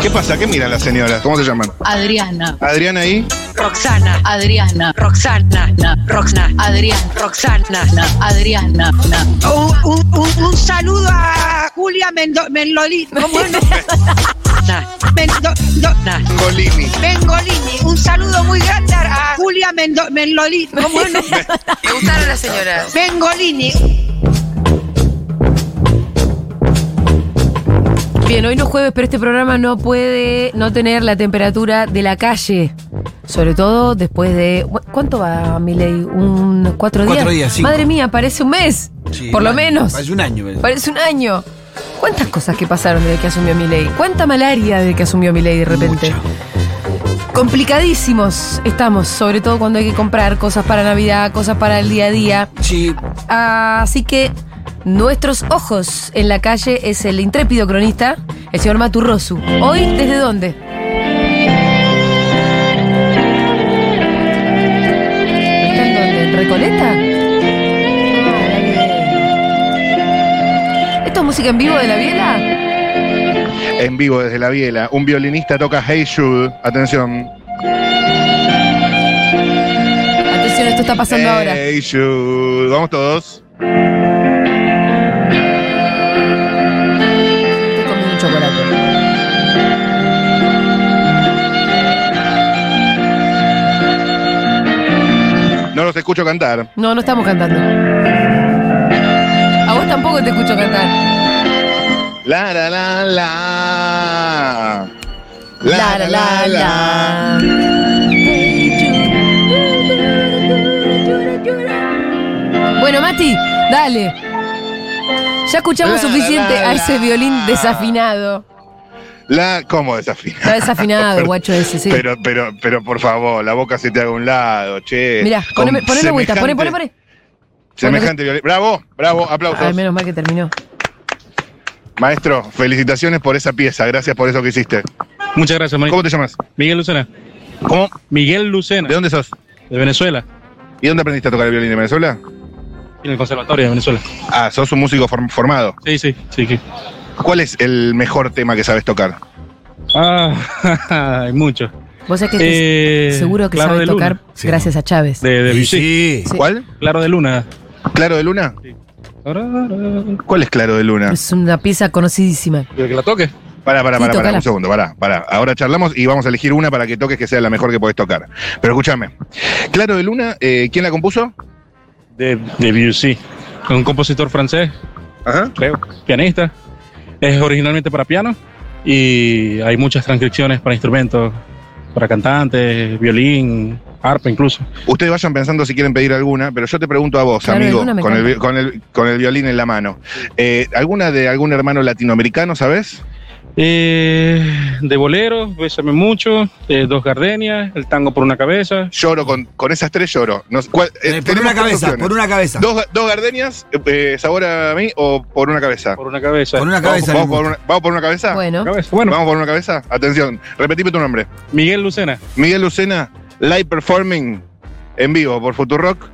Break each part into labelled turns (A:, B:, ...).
A: ¿Qué pasa? ¿Qué miran las señoras? ¿Cómo se llaman?
B: Adriana,
A: Adriana y
C: Roxana,
B: Adriana,
C: Roxana,
B: na,
C: Roxana,
B: Adriana,
C: Roxana.
B: na, Adriana, na.
C: Un, un- un- un saludo a Julia Mendo- Menloli- ¿cómo es? Mendo- do-
A: Golini.
C: Mengolini. Un saludo muy grande a Julia Mendo- Menloli- ¿cómo es?
D: Me gustaron las señoras.
C: Mengolini.
E: Bien, hoy no es jueves, pero este programa no puede no tener la temperatura de la calle. Sobre todo después de. bu- ¿Cuánto va, Miley? ¿Un cuatro días?
F: Cuatro días, cinco.
E: Madre mía, parece un mes.
F: Sí,
E: por lo
F: un año,
E: menos.
F: Hace un año. parece.
E: Parece un año. ¿Cuántas cosas que pasaron desde que asumió Milei? ¿Cuánta malaria desde que asumió Milei de repente?
F: Mucha.
E: Complicadísimos estamos, sobre todo cuando hay que comprar cosas para Navidad, cosas para el día a día.
F: Sí,
E: Así que nuestros ojos en la calle es el intrépido cronista, el señor Maturrosu. Hoy, ¿desde dónde? ¿Está en dónde? ¿En ¿Recoleta? ¿Esto es música en vivo de la biela?
A: En vivo desde la biela, un violinista toca Hey Jude. Atención.
E: Atención, esto está pasando ahora.
A: Hey Jude. Vamos todos.
E: Estoy comiendo un chocolate.
A: No los escucho cantar.
E: No, no estamos cantando. A vos tampoco te escucho cantar.
A: La la la la.
E: Bueno, Mati, dale. Ya escuchamos
A: La, la,
E: suficiente
A: la,
E: a ese
A: la.
E: violín desafinado.
A: La, ¿Cómo desafinado?
E: Está desafinado,
A: Pero-
E: Ah, guacho ese, sí.
A: Pero, pero, pero por favor, la boca se te haga a un lado, che.
E: Mirá,
A: eh, Con
E: poneme, poneme vuelta, poné, poné,
A: semejante-
E: poné.
A: Semejante violín. Bravo, bravo, aplausos.
E: Ay, menos mal que terminó.
A: Maestro, felicitaciones por esa pieza. Gracias por eso que hiciste.
G: Muchas gracias, Mari.
A: ¿Cómo te llamas?
G: Miguel Lucena.
A: ¿Cómo?
G: Miguel Lucena,
A: ¿De
G: de,
A: dónde sos?
G: Venezuela,
A: ¿Y dónde aprendiste a tocar el violín? ¿De Venezuela?
G: en el Conservatorio de Venezuela.
A: Ah, sos un músico form- formado.
G: Sí, sí, sí. sí.
A: ¿Cuál es el mejor tema que sabes tocar?
G: Ah, hay mucho.
E: Vos sabés que
G: Eh,
E: seguro que
G: Claro
E: sabes
G: de Luna.
E: tocar
F: Sí.
E: gracias a Chávez.
G: De, de
F: y
G: sí.
F: sí.
E: Sí.
A: ¿Cuál?
G: Claro de Luna.
A: ¿Claro de Luna? ¿Cuál es Claro de Luna?
E: Es una pieza conocidísima.
G: ¿Quiere que la toque?
A: Pará, pará,
E: Sí,
A: pará, pará,
E: tocala.
A: un segundo, pará, pará. Ahora charlamos y vamos a elegir una para que toques que sea la mejor que podés tocar. Pero escúchame. Claro de Luna, eh, ¿quién la compuso?
G: De, de Debussy. Un compositor francés,
A: Ajá.
G: creo, pianista. Es originalmente para piano y hay muchas transcripciones para instrumentos, para cantantes, violín, arpa incluso.
A: Ustedes vayan pensando si quieren pedir alguna, pero yo te pregunto a vos,
E: Claro de
A: amigo,
E: Luna me
A: con el, vi-
E: encanta.
A: con, el, con el violín en la mano. Eh, ¿Alguna de algún hermano latinoamericano, sabes?
G: Eh, de boleros, Bésame mucho, eh, Dos gardenias, El tango por una cabeza.
A: Lloro, con, con esas tres lloro. No sé, ¿cuál- eh,
F: Eh, por
A: tenemos
F: una
A: tres
F: cabeza,
A: opciones.
F: por una cabeza.
A: ¿Dos, dos gardenias, eh, sabor a mí o por una cabeza?
G: Por una cabeza.
F: Por una
A: ¿Vamos-
F: cabeza.
A: ¿Vamos,
F: le
A: por
F: gusta.
A: una, ¿Vamos por una cabeza?
E: Bueno,
G: Cabeza. Bueno,
A: ¿Vamos por una cabeza? Atención, repetime tu nombre.
G: Miguel Lucena.
A: Miguel Lucena, live performing en vivo por Futurock.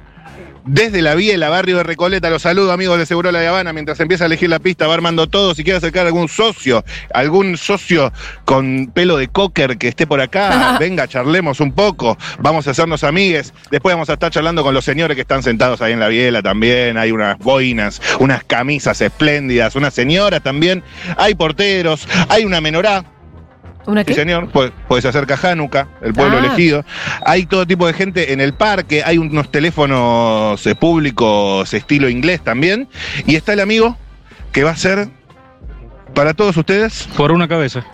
A: Desde la Biela, barrio de Recoleta, los saludo amigos de Seguro La de Habana. Mientras empieza a elegir la pista, va armando todo. Si quiere acercar algún socio, algún socio con pelo de cocker que esté por acá, venga, charlemos un poco. Vamos a hacernos amigues. Después vamos a estar charlando con los señores que están sentados ahí en la Biela también. Hay unas boinas, unas camisas espléndidas, unas señoras también. Hay porteros, hay una menorá.
E: ¿una
A: Sí,
E: qué?
A: señor, pues, pues se acerca Hanukkah, el
E: Ah.
A: pueblo elegido. Hay todo tipo de gente en el parque, hay unos teléfonos eh, públicos estilo inglés también. Y está el amigo que va a ser para todos ustedes.
G: Por una cabeza.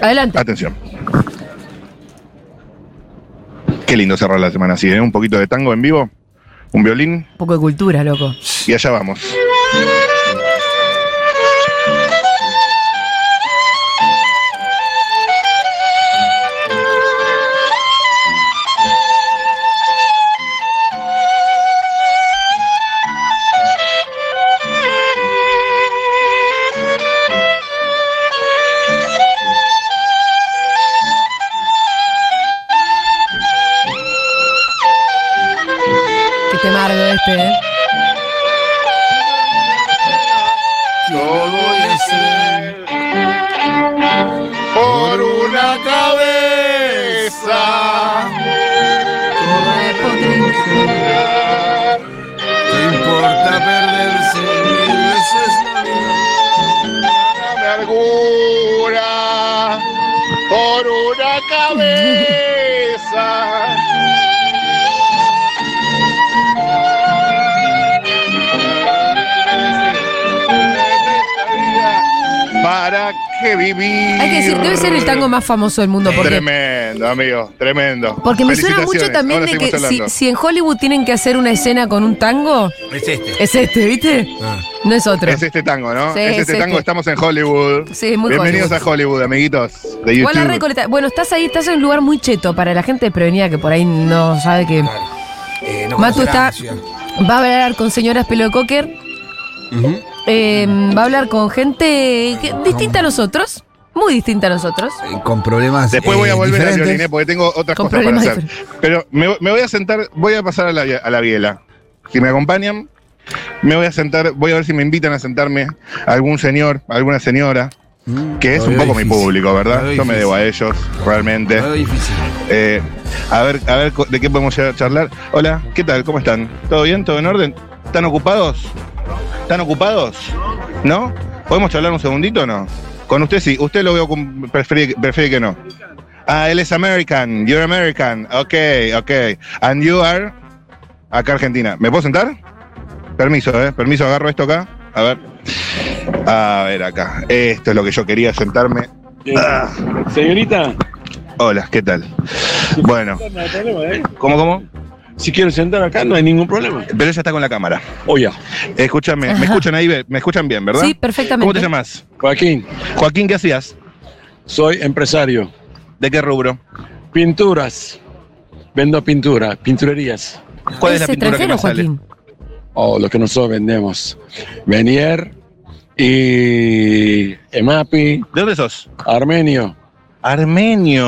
E: Adelante.
A: Atención. Qué lindo cerrar la semana así, ¿eh? Un poquito de tango en vivo, un violín
E: Un poco de cultura, loco.
A: y allá vamos.
E: Que te margo este, ¿eh?
F: Yo voy a ser la cabeza. ¿Te importa perderse mil veces?
A: Dame alguna por una cabeza. ¿Para qué vivir?
E: Hay que decir, debe ser el tango más famoso del mundo. Porque,
A: Tremendo, amigo, tremendo.
E: porque me suena mucho
A: Felicitaciones.
E: también
A: Ahora
E: de que
A: seguimos
E: si,
A: hablando.
E: si en Hollywood tienen que hacer una escena con un tango,
F: Es este.
E: es este, ¿viste?
F: Ah.
E: No es otro.
A: Es este tango, ¿no?
E: Sí,
A: es
E: es
A: este
E: este.
A: tango, estamos en Hollywood.
E: Sí, muy
A: Bienvenidos
E: Hollywood.
A: a Hollywood, amiguitos de YouTube.
E: Igual la Recoleta. Bueno, estás ahí, estás en un lugar muy cheto para la gente desprevenida que por ahí no sabe que.
F: Claro. Eh, no
E: Matu
F: conocerá
E: está.
F: la ciudad.
E: Va a hablar con señoras pelo de cocker.
F: Ujú.
E: eh, va a hablar con gente que- distinta a nosotros. Muy distinta a nosotros.
F: Eh, Con problemas.
A: Después voy a
F: eh,
A: volver a
F: diferentes.
A: violín, porque tengo otras
E: Con
A: cosas para
E: problemas
A: hacer. Pero me, me voy a sentar, voy a pasar a la, a la biela. Si me acompañan, me voy a sentar, voy a ver si me invitan a sentarme a algún señor, a alguna señora,
F: Mm,
A: que es
F: lo
A: un
F: veo
A: poco mi
F: difícil.
A: público,
F: Lo
A: ¿verdad?
F: veo
A: Yo me
F: difícil.
A: debo a ellos, realmente.
F: Lo veo difícil.
A: Eh, a ver, a ver co- de qué podemos llegar a charlar. Hola, ¿qué tal? ¿Cómo están? ¿Todo bien? ¿Todo en orden? ¿Están ocupados? ¿Están ocupados? ¿No? ¿Podemos charlar un segundito o no? Con usted sí, usted lo veo con- prefiere, prefiere que no. Ah, él es American, you're American. Ok, ok. And you are acá Argentina. ¿Me puedo sentar? Permiso, eh. Permiso, agarro esto acá. A ver. A ver acá. Esto es lo que yo quería sentarme.
H: Señorita,
A: Hola, ¿qué tal? Bueno,
H: no hay problema, ¿eh?
A: ¿cómo, cómo?
H: Si quieren sentar acá, no hay ningún problema. Oh,
A: Pero ella está con la cámara.
H: Oye,
A: Escúchame, me escuchan ahí, me escuchan bien, ¿verdad?
E: Sí, perfectamente.
A: ¿Cómo te llamas?
H: Joaquín,
A: Joaquín, ¿qué hacías?
H: soy empresario.
A: ¿De qué rubro?
H: Pinturas. Vendo pintura, pinturerías.
A: ¿Cuál es la pintura que
E: extranjero,
A: más sale?
E: Joaquín?
H: O Oh, lo que nosotros vendemos. Venier y Emapi,
A: ¿De dónde sos?
H: Armenio.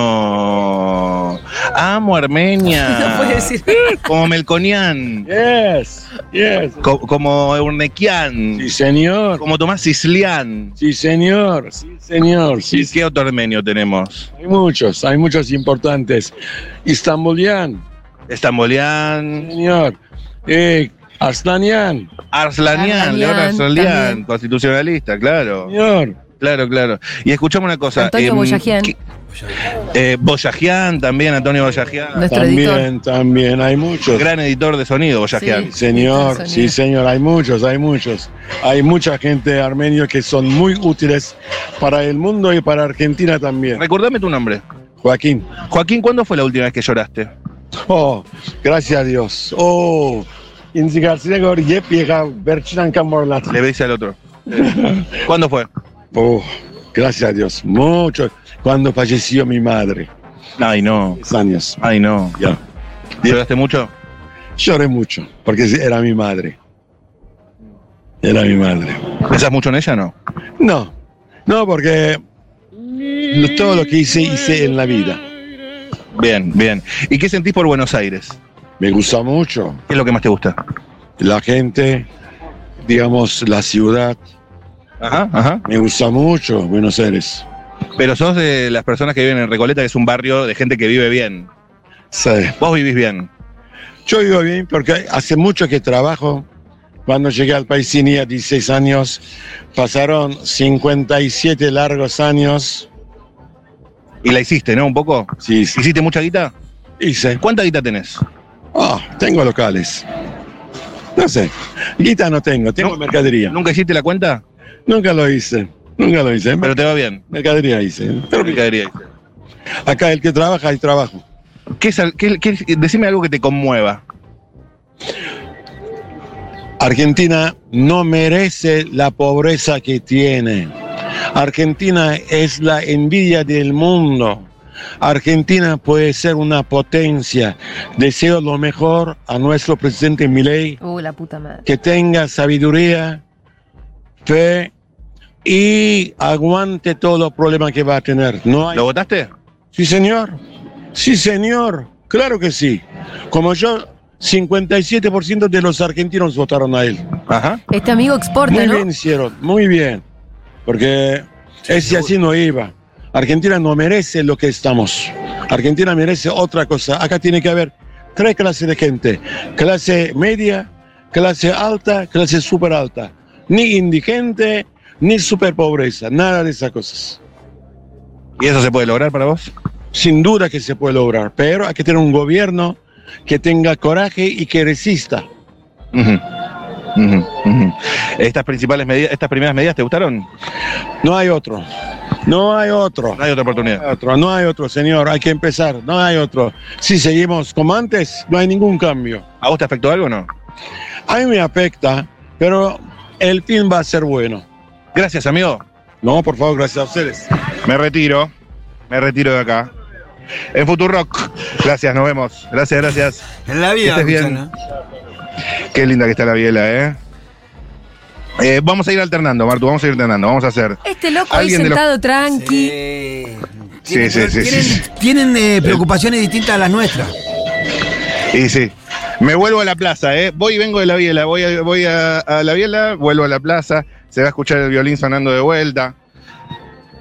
A: Armenio. Amo Armenia.
E: No puede decir.
A: Como Melconian.
H: Yes, yes.
A: co- como Eurnequian.
H: Sí, señor.
A: Como Tomás Cislián.
H: Sí, señor. Sí, señor. Sí, sí.
A: ¿Qué otro armenio tenemos?
H: Hay muchos, hay muchos importantes. Istanbulian,
A: Estambolian,
H: señor. Eh, Aslanian,
A: Arslanian,
E: Arslanian,
A: León
E: también.
A: Arslanian, constitucionalista, claro.
H: señor.
A: Claro, claro. Y escuchame una cosa.
E: Antonio
A: em,
E: Boyajian.
A: ¿qué- Eh, Boyajian también, Antonio Boyajian.
E: Nuestro editor.
H: También, también, hay muchos.
A: Gran editor de sonido, Boyajian.
E: Sí.
H: Señor,
E: Estados
H: sí,
E: Unidos.
H: señor, hay muchos, hay muchos. Hay mucha gente armenio que son muy útiles para el mundo y para Argentina también.
A: Recordame tu nombre.
H: Joaquín,
A: Joaquín, ¿cuándo fue la última vez que lloraste?
H: oh, gracias a Dios. Oh, Inzigarzigor, Yepiega, Berchinan Camorlat.
A: Le dice al otro. ¿Cuándo fue?
H: Oh, gracias a Dios. Mucho. Cuando falleció mi madre,
A: Ay, no.
H: 10 años.
A: Ay, no.
H: Ya.
A: ¿Lloraste mucho?
H: Lloré mucho, porque era mi madre. Era mi madre.
A: ¿Pensás mucho en ella no?
H: No, no, porque lo- todo lo que hice, hice en la vida.
A: Bien, bien. ¿Y qué sentís por Buenos Aires?
H: Me gusta mucho
A: ¿Qué es lo que más te gusta?
H: la gente, digamos, la ciudad.
A: Ajá, ajá.
H: Me gusta mucho Buenos Aires.
A: Pero sos de las personas que viven en Recoleta, que es un barrio de gente que vive bien.
H: Sí.
A: Vos vivís bien.
H: Yo vivo bien porque hace mucho que trabajo. Cuando llegué al país tenía 16 años. Pasaron 57 largos años.
A: Y la hiciste, ¿no? Un poco.
H: Sí, sí,
A: ¿Hiciste mucha guita?
H: hice.
A: ¿Cuánta guita tenés?
H: Ah, tengo locales. No sé. Guita no tengo, tengo
A: No,
H: mercadería.
A: ¿Nunca hiciste la cuenta?
H: Nunca lo hice. Nunca lo hice.
A: Pero te va bien.
H: Mercadería hice. Pero
A: Te quedaría.
H: acá el que trabaja, hay trabajo.
A: ¿Qué es, al- qué- qué- decime algo que te conmueva.
H: Argentina no merece la pobreza que tiene. Argentina es la envidia del mundo. Argentina puede ser una potencia. Deseo lo mejor a nuestro presidente Milei,
E: Uh, la puta madre.
H: que tenga sabiduría, fe y aguante todos los problemas que va a tener. No hay
A: ¿Lo votaste?
H: Sí, señor. Sí, señor. Claro que sí. Como yo, 57% de los argentinos votaron a él.
A: Ajá.
E: Este amigo exporta,
H: Muy
E: ¿no?
H: bien hicieron, muy bien. Porque ese así no iba. Argentina no merece lo que estamos. Argentina merece otra cosa. Acá tiene que haber tres clases de gente. Clase media, clase alta, clase super alta. Ni indigente, ni super pobreza. Nada de esas cosas.
A: ¿Y eso se puede lograr para vos?
H: Sin duda que se puede lograr, pero hay que tener un gobierno que tenga coraje y que resista.
A: Ujú.
I: Mm-hmm.
A: Ujú, ujú. Estas principales medidas, estas primeras medidas, ¿te gustaron?
H: No hay otro. No hay otro.
A: No hay otra
H: No hay
A: oportunidad.
H: otro, no hay otro, señor. Hay que empezar. No hay otro. Si seguimos como antes, no hay ningún cambio.
A: ¿A vos te afectó algo o no?
H: A mí me afecta, pero el fin va a ser bueno.
A: Gracias, amigo.
H: No, por favor, gracias a ustedes.
A: Me retiro. Me retiro de acá. En Futurock. Gracias, nos vemos. Gracias, gracias.
F: En la vida,
A: Que estés bien.
F: Luciana.
A: Qué linda que está la biela, ¿eh? Eh, vamos a ir alternando, Martu, vamos a ir alternando. Vamos a hacer
E: Este loco ahí
A: Alguien de los-
E: sentado tranqui.
F: Sí.
A: Sí, sí, sí,
F: Tienen,
A: sí.
F: tienen, eh, preocupaciones distintas a las nuestras.
A: Y sí. Me vuelvo a la plaza, ¿eh? Voy y vengo de la biela. Voy, a, voy a, a la biela, vuelvo a la plaza. Se va a escuchar el violín sonando de vuelta.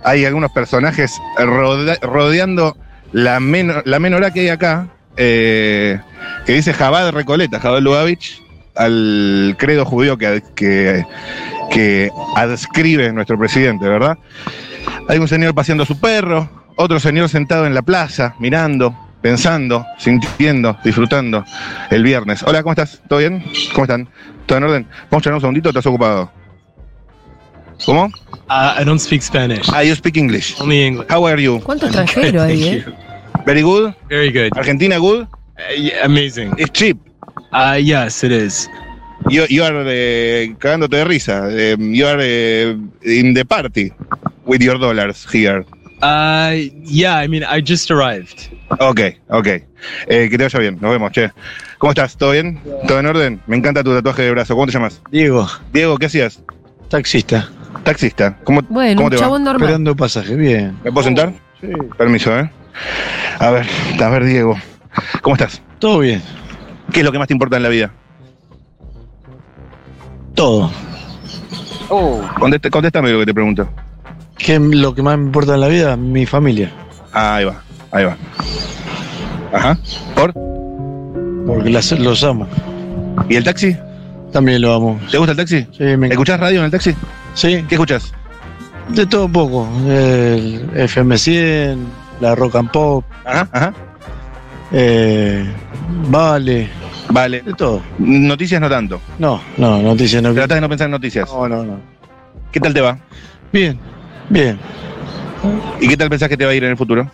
A: Hay algunos personajes roda- rodeando la, men- la menorá que hay acá, eh, que dice Jabad Recoleta, Jabad Lubavitch, al credo judío que, ad- que, que adscribe nuestro presidente, ¿verdad? Hay un señor paseando a su perro, otro señor sentado en la plaza, mirando, pensando, sintiendo, disfrutando el viernes. Hola, ¿cómo estás? ¿Todo bien? ¿Cómo están? ¿Todo en orden? Vamos a charlar un segundito, ¿estás ocupado? ¿Cómo?
J: Uh, I don't speak Spanish.
A: Ah, you speak English.
J: Only English.
A: How are you?
E: ¿Cuánto extranjero ahí, eh?
A: Very good.
J: Very good.
A: Argentina good.
J: Uh, yeah, amazing.
A: It's cheap.
J: Uh, yes, it is.
A: You, you are eh, cagándote de risa. Eh, you are eh, in the party with your dollars here.
J: Uh, yeah, I mean, I just arrived.
A: Ok, ok. Eh, que te vaya bien. Nos vemos, che. ¿Cómo estás? ¿Todo bien? ¿Todo en orden? Me encanta tu tatuaje de brazo. ¿Cómo te llamas?
K: Diego,
A: Diego, ¿qué hacías?
K: taxista,
A: Taxista. ¿Cómo,
E: Bueno,
A: ¿cómo
E: un
A: te va?
E: chabón normal.
K: esperando pasaje, bien.
A: ¿Me puedo sentar?
K: Sí.
A: Permiso, ¿eh? A ver, a ver, Diego. ¿Cómo estás?
K: Todo bien,
A: ¿Qué es lo que más te importa en la vida?
K: todo.
A: Contesta- contéstame lo que te pregunto.
K: ¿Qué es lo que más me importa en la vida? Mi familia.
A: ahí va, ahí va. Ajá. ¿Por?
K: Porque las- los amo.
A: ¿Y el taxi?
K: También lo amo.
A: ¿Te gusta el taxi?
K: Sí, me encanta.
A: ¿Escuchás radio en el taxi?
K: Sí,
A: ¿Qué escuchas?
K: de todo un poco. El FM100, la Rock and Pop,
A: Ajá, ajá.
K: eh, Vale,
A: Vale.
K: de todo.
A: Noticias no tanto.
K: No, no, noticias no.
A: Tratás de no pensar en noticias.
K: No, no, no.
A: ¿Qué tal te va?
K: Bien, bien.
A: ¿Y qué tal pensás que te va a ir en el futuro?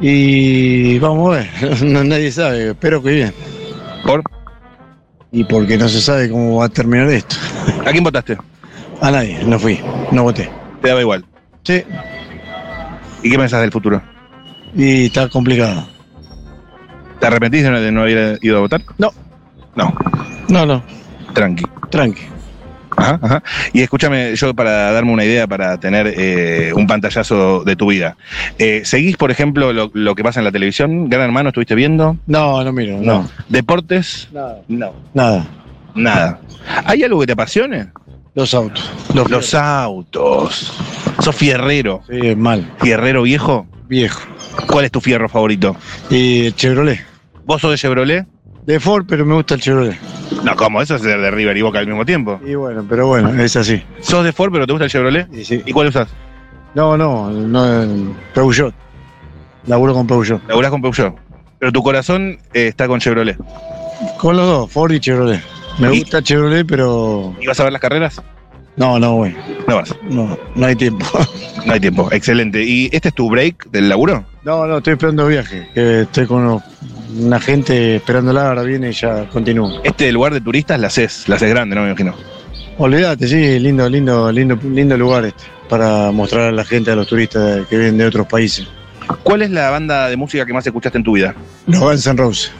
K: Y vamos a ver, No, nadie sabe, espero que bien.
A: ¿Por?
K: Y porque no se sabe cómo va a terminar esto.
A: ¿A quién votaste?
K: A nadie, no fui, no voté.
A: Te daba igual.
K: Sí,
A: ¿Y qué pensás del futuro?
K: y está complicado.
A: ¿Te arrepentís de no, de no haber ido a votar?
K: No.
A: No,
K: No, no,
A: tranqui.
K: tranqui.
A: Ajá, ajá. Y escúchame, yo para darme una idea, para tener eh, un pantallazo de tu vida. Eh, ¿Seguís, por ejemplo, lo, lo que pasa en la televisión? ¿Gran Hermano estuviste viendo?
K: No, no miro, no.
A: ¿Deportes?
K: Nada.
A: No. Nada. ¿Hay algo que te apasione?
K: Los autos.
A: Los, autos. ¿Sos fierrero?
K: Sí, mal,
A: ¿Fierrero viejo?
K: viejo.
A: ¿Cuál es tu fierro favorito?
K: Y el Chevrolet.
A: ¿Vos sos de Chevrolet?
K: De Ford, pero me gusta el Chevrolet.
A: No, ¿cómo? Eso es el de River y Boca al mismo tiempo.
K: Y bueno, pero bueno, es así.
A: ¿Sos de Ford pero te gusta el Chevrolet?
K: Y sí.
A: ¿Y cuál usás?
K: No, no, no, el Peugeot. Laburo con Peugeot.
A: Laburás con Peugeot. Pero tu corazón eh, está con Chevrolet.
K: Con los dos, Ford y Chevrolet. Me
A: Y-
K: gusta Chevrolet, pero
A: ¿Y vas a ver las carreras?
K: no, no, güey.
A: No vas.
K: No, no hay tiempo.
A: No hay tiempo, excelente. ¿Y este es tu break del laburo?
K: No, no, estoy esperando viaje. que estoy con unos- una gente esperándola, ahora viene y ya continúo.
A: Este lugar de turistas, la CES, la CES grande, ¿no? Me imagino.
K: Olvídate, sí, lindo, lindo, lindo, lindo lugar este para mostrar a la gente, a los turistas que vienen de otros países.
A: ¿Cuál es la banda de música que más escuchaste en tu vida?
K: Los Guns N' Roses.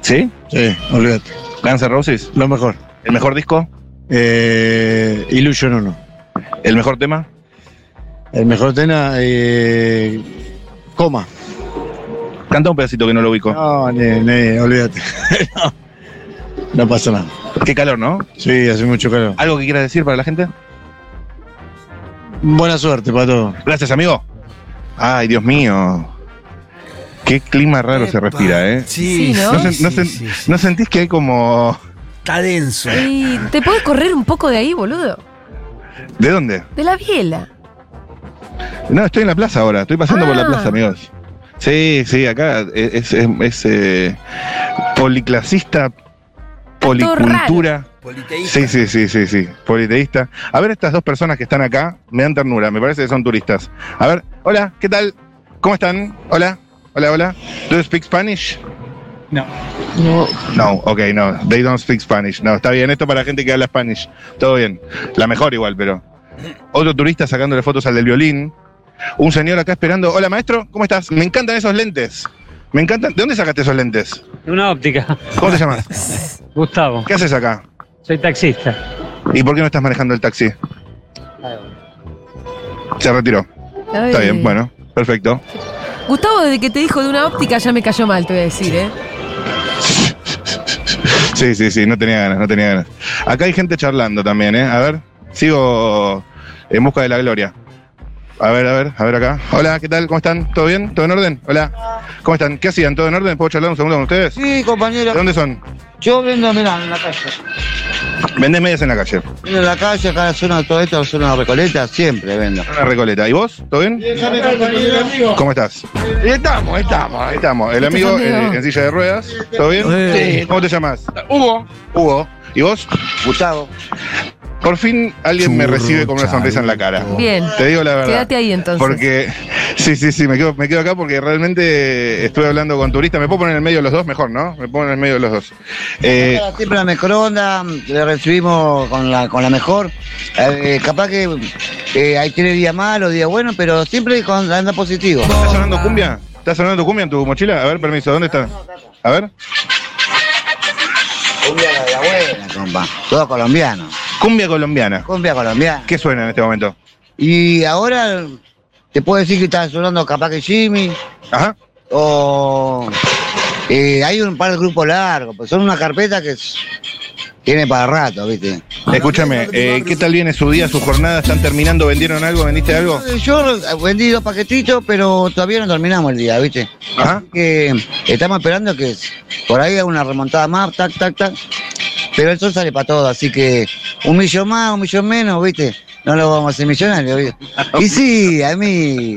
A: ¿Sí?
K: Sí, olvídate.
A: Guns N' Roses,
K: Lo mejor.
A: el mejor disco,
K: Eh, Illusion 1.
A: el mejor tema.
K: El mejor tema, eh, coma.
A: Canta un pedacito que no lo ubico.
K: No, ni, ni, olvídate. no, no pasa nada.
A: Qué calor, ¿no?
K: Sí, hace mucho calor.
A: ¿Algo que quieras decir para la gente?
K: Buena suerte para todos.
A: Gracias, amigo. Ay, Dios mío. Qué clima raro se
F: Epa.
A: respira, ¿eh?
F: Sí,
E: Sí,
F: sí,
E: ¿no?
A: ¿No, sen- no
F: sí,
A: sen-
F: sí, sí.
A: ¿no sentís que hay como...
F: Está denso.
E: Y te puedes correr un poco de ahí, boludo.
A: ¿De dónde?
E: De la biela.
A: No, estoy en la plaza ahora, estoy pasando por
E: Ah.
A: la plaza, amigos. Sí, sí, acá es, es- es, eh, policlasista,
E: raro.
A: policultura.
F: Politeísta.
A: Sí, sí, sí, sí, sí, politeísta. A ver, estas dos personas que están acá me dan ternura, me parece que son turistas. A ver, hola, ¿qué tal? ¿Cómo están? Hola, hola, hola. ¿Do you speak Spanish?
G: No.
A: No, ok, no, they don't speak Spanish. No, está bien, esto para gente que habla Spanish. Todo bien. La mejor igual, pero. Otro turista sacándole fotos al del violín. Un señor acá esperando. Hola, maestro, ¿cómo estás? Me encantan esos lentes. Me encantan. ¿De dónde sacaste esos lentes?
L: Una óptica.
A: ¿Cómo te llamas?
L: Gustavo,
A: ¿Qué haces acá?
L: soy taxista.
A: ¿Y por qué no estás manejando el taxi? Se retiró. Está bien, bueno, perfecto.
E: Gustavo, desde que te dijo de una óptica ya me cayó mal, te voy a decir, ¿eh?
A: Sí, sí, sí, no tenía ganas, no tenía ganas. Acá hay gente charlando también, ¿eh? A ver, sigo en busca de la gloria. A ver, a ver, a ver acá. Hola, ¿qué tal? ¿Cómo están? ¿Todo bien? ¿Todo en orden? Hola. ¿Cómo están? ¿Qué hacían? ¿Todo en orden? ¿Puedo charlar un segundo con ustedes?
L: Sí,
A: ¿De
L: compañero.
A: dónde son?
L: Yo vendo, mirá, en la calle.
A: Vendés medias en la calle.
L: Vendo en la calle, acá en la zona de todo esto, en la zona de Recoleta, siempre vendo.
A: Una recoleta. ¿Y vos? ¿Todo bien? ¿Cómo estás?
H: Y estamos, estamos.
A: Ahí estamos. El amigo eh, en silla de ruedas. ¿Todo bien?
F: Sí.
A: ¿Cómo te llamas?
H: Hugo.
A: Hugo. ¿Y vos?
L: Gustavo.
A: Por fin alguien me
F: Churro,
A: recibe con una sonrisa en la cara.
F: charuto.
E: Bien.
A: Te digo la verdad.
E: Quédate ahí entonces.
A: Porque, sí, sí, sí, me quedo, me quedo acá porque realmente estuve hablando con turistas. Me puedo poner en el medio de los dos, mejor, ¿no? Me pongo en el medio de los dos. Eh,
L: Siempre la mejor onda, le recibimos con la, con la mejor. Eh, capaz que eh, hay tres días malos, días buenos, pero siempre con anda positivo.
A: ¿Está sonando cumbia? ¿Está sonando cumbia en tu mochila? A ver, permiso, ¿dónde está? A ver.
L: Cumbia la de abuela, compa. Todo colombiano.
A: Cumbia colombiana.
L: Cumbia colombiana.
A: ¿Qué suena en este momento?
L: Y ahora te puedo decir que está sonando capaz que Jimmy.
A: Ajá.
L: o eh, hay un par de grupos largos, pues son una carpeta que es- tiene para rato, ¿viste?
A: Escúchame, eh, ¿qué tal viene su día, su jornada? ¿Están terminando? ¿Vendieron algo? ¿Vendiste algo?
L: Yo vendí dos paquetitos, pero todavía no terminamos el día, ¿viste?
A: Ajá.
L: Así que estamos esperando que por ahí haga una remontada más, tac, tac, tac. Pero el sol sale para todo, así que un millón más, un millón menos, ¿viste? No lo vamos a hacer millonario, ¿viste? Y sí, a mí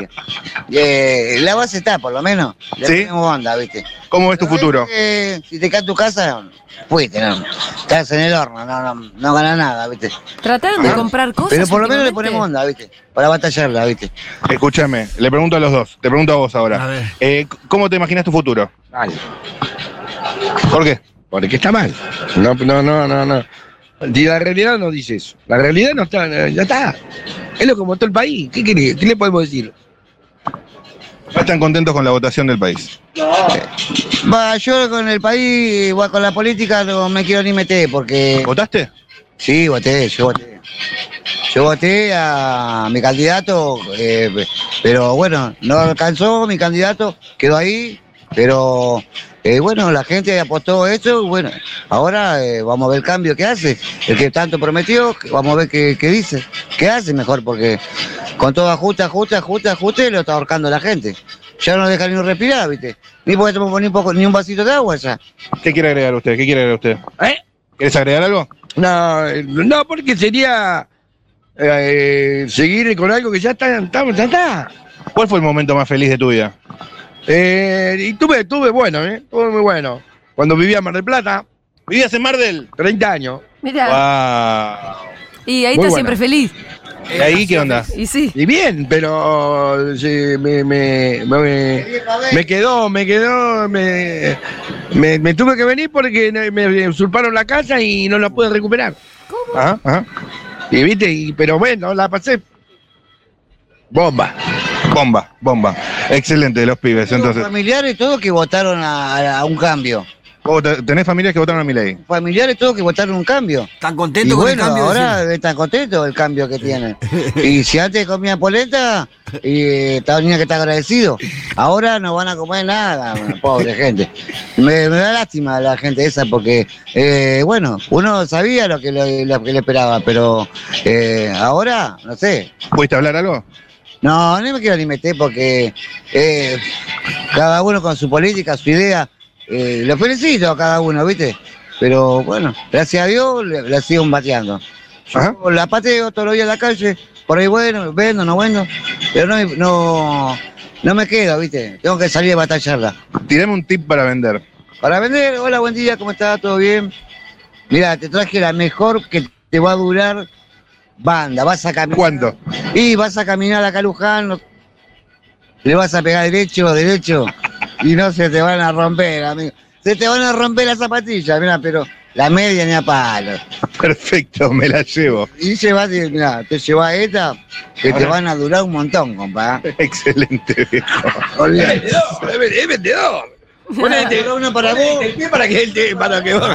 L: eh, la base está, por lo menos. Le
A: Sí.
L: ponemos onda, ¿viste?
A: ¿Cómo es tu
L: Pero
A: futuro?
L: es que si te cae en tu casa, fuiste, no. Estás en el horno, no, no, no ganas nada, ¿viste? Ah.
E: Trataron de comprar cosas.
L: Pero por lo menos le
E: últimamente.
L: ponemos onda, ¿viste? Para batallarla, ¿viste?
A: Escúchame, le pregunto a los dos, te pregunto a vos
F: A
A: ahora.
F: ver.
A: Eh, ¿Cómo te imaginas tu futuro?
H: Mal.
A: ¿Por qué?
H: Porque está mal. No, no, no, no, no. Y la realidad no dice eso. La realidad no está, no, ya está. Es lo que votó el país. ¿Qué, querés? ¿Qué le podemos decir?
A: No están contentos con la votación del país.
L: Va, yo con el país, va, con la política no me quiero ni meter, porque
A: ¿Votaste?
L: sí, voté, yo voté. Yo voté a mi candidato, eh, pero bueno, no alcanzó mi candidato, quedó ahí, pero eh, bueno, la gente apostó eso, y bueno, ahora eh, vamos a ver el cambio que hace, el que tanto prometió, que vamos a ver qué, qué dice, qué hace mejor, porque con todo ajuste, ajuste, ajuste, ajuste, lo está ahorcando la gente. Ya no deja ni un respirar, ¿viste? Ni puede tomar ni un, poco, ni un vasito de agua ya.
A: ¿Qué quiere agregar usted? ¿Qué quiere agregar usted?
H: ¿Eh?
A: ¿Quieres agregar algo?
H: No, eh, no porque sería eh, seguir con algo que ya está, estamos, ya está.
A: ¿Cuál fue el momento más feliz de tu vida?
H: Eh, y tuve, tuve bueno, ¿eh? Tuve muy bueno. Cuando vivía en Mar del Plata,
A: ¿Vivías en Mardel?
H: 30 años.
E: Mirá.
A: ¡Wow!
E: Y ahí
H: Muy
E: está
H: buena.
E: siempre feliz.
A: ¿Y ahí qué onda?
E: Y sí.
H: Y bien, pero sí, me, me, me- me quedó, me quedó, me, me- me tuve que venir porque me- me usurparon la casa y no la pude recuperar. Ah,
A: Ajá, ajá.
H: Y viste, y- pero bueno, la pasé. Bomba.
A: Bomba, bomba. Excelente, los pibes.
L: Tengo
A: Entonces,
L: familiares todos que votaron a, a un cambio.
A: vos te- tenés familias que votaron a mi ley.
L: Familiares todos que votaron un cambio.
F: ¿Están
L: Y
F: contentos con
L: bueno,
F: el cambio?
L: ahora
F: decime?
L: están contentos el cambio que tienen. Y si antes comían polenta, y eh, estaba niña que está agradecido. Ahora no van a comer nada, pobre gente. Me, me da lástima la gente esa porque, eh, bueno, uno sabía lo que, lo, lo que le esperaba, pero eh, ahora, no sé,
A: ¿Pudiste hablar algo?
L: No, no me quiero ni meter porque eh, cada uno con su política, su idea, eh, lo felicito a cada uno, ¿viste? Pero bueno, gracias a Dios le- la sigo bateando. Yo la pateo todos los días en la calle, por ahí bueno, vendo, no vendo, pero no, me- no, no me quedo, ¿viste? Tengo que salir a batallarla.
A: Tirame un tip para vender.
L: Para vender, hola, buen día, ¿cómo está? ¿Todo bien? Mira, te traje la mejor que te va a durar banda. Vas a caminar. ¿Cuánto? Y vas a caminar acá a Luján, no- le vas a pegar derecho, derecho, y no se te van a romper, amigo. Se te van a romper las zapatillas, mira, pero la media ni a palo.
A: Perfecto, me la llevo.
L: Y llevate, mira, te llevas esta, que te van a durar un montón, compa. ¿eh?
A: Excelente, viejo.
L: Olvídate.
I: Es vendedor.
L: Una te una para vos.
I: El pie para que él te- para que vos.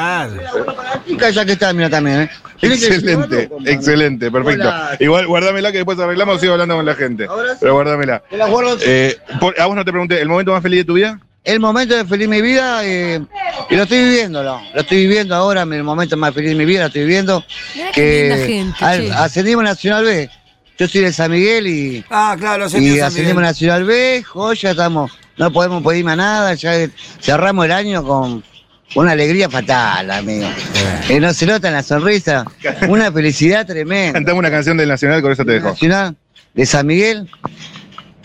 L: Chica, ya que está, mira también, ¿eh? Tenés que
A: Excelente,
L: llevarlo, compa.
A: excelente, perfecto.
L: Hola.
A: Igual guardámela que después arreglamos, sigo hablando con la gente. Pero guardámela.
L: Te la guardo.
A: Eh, por- a vos no te pregunté, ¿el momento más feliz de tu vida?
L: El momento de feliz de mi vida, eh, y lo estoy viviendo, lo, lo estoy viviendo ahora, el momento más feliz de mi vida, lo estoy viviendo.
E: Mirá qué linda
L: Que
E: gente,
L: al-
E: che.
L: ascendimos a Nacional B. Yo soy de San Miguel y,
F: Ah, claro, los
L: y
F: envíos también.
L: ascendimos a Nacional B, joya, estamos, no podemos pedirme a nada, ya cerramos el año con una alegría fatal, amigo. Eh, no se nota en la sonrisa, una felicidad tremenda.
A: Cantamos una canción del Nacional, con eso te dejo.
L: Nacional de San Miguel.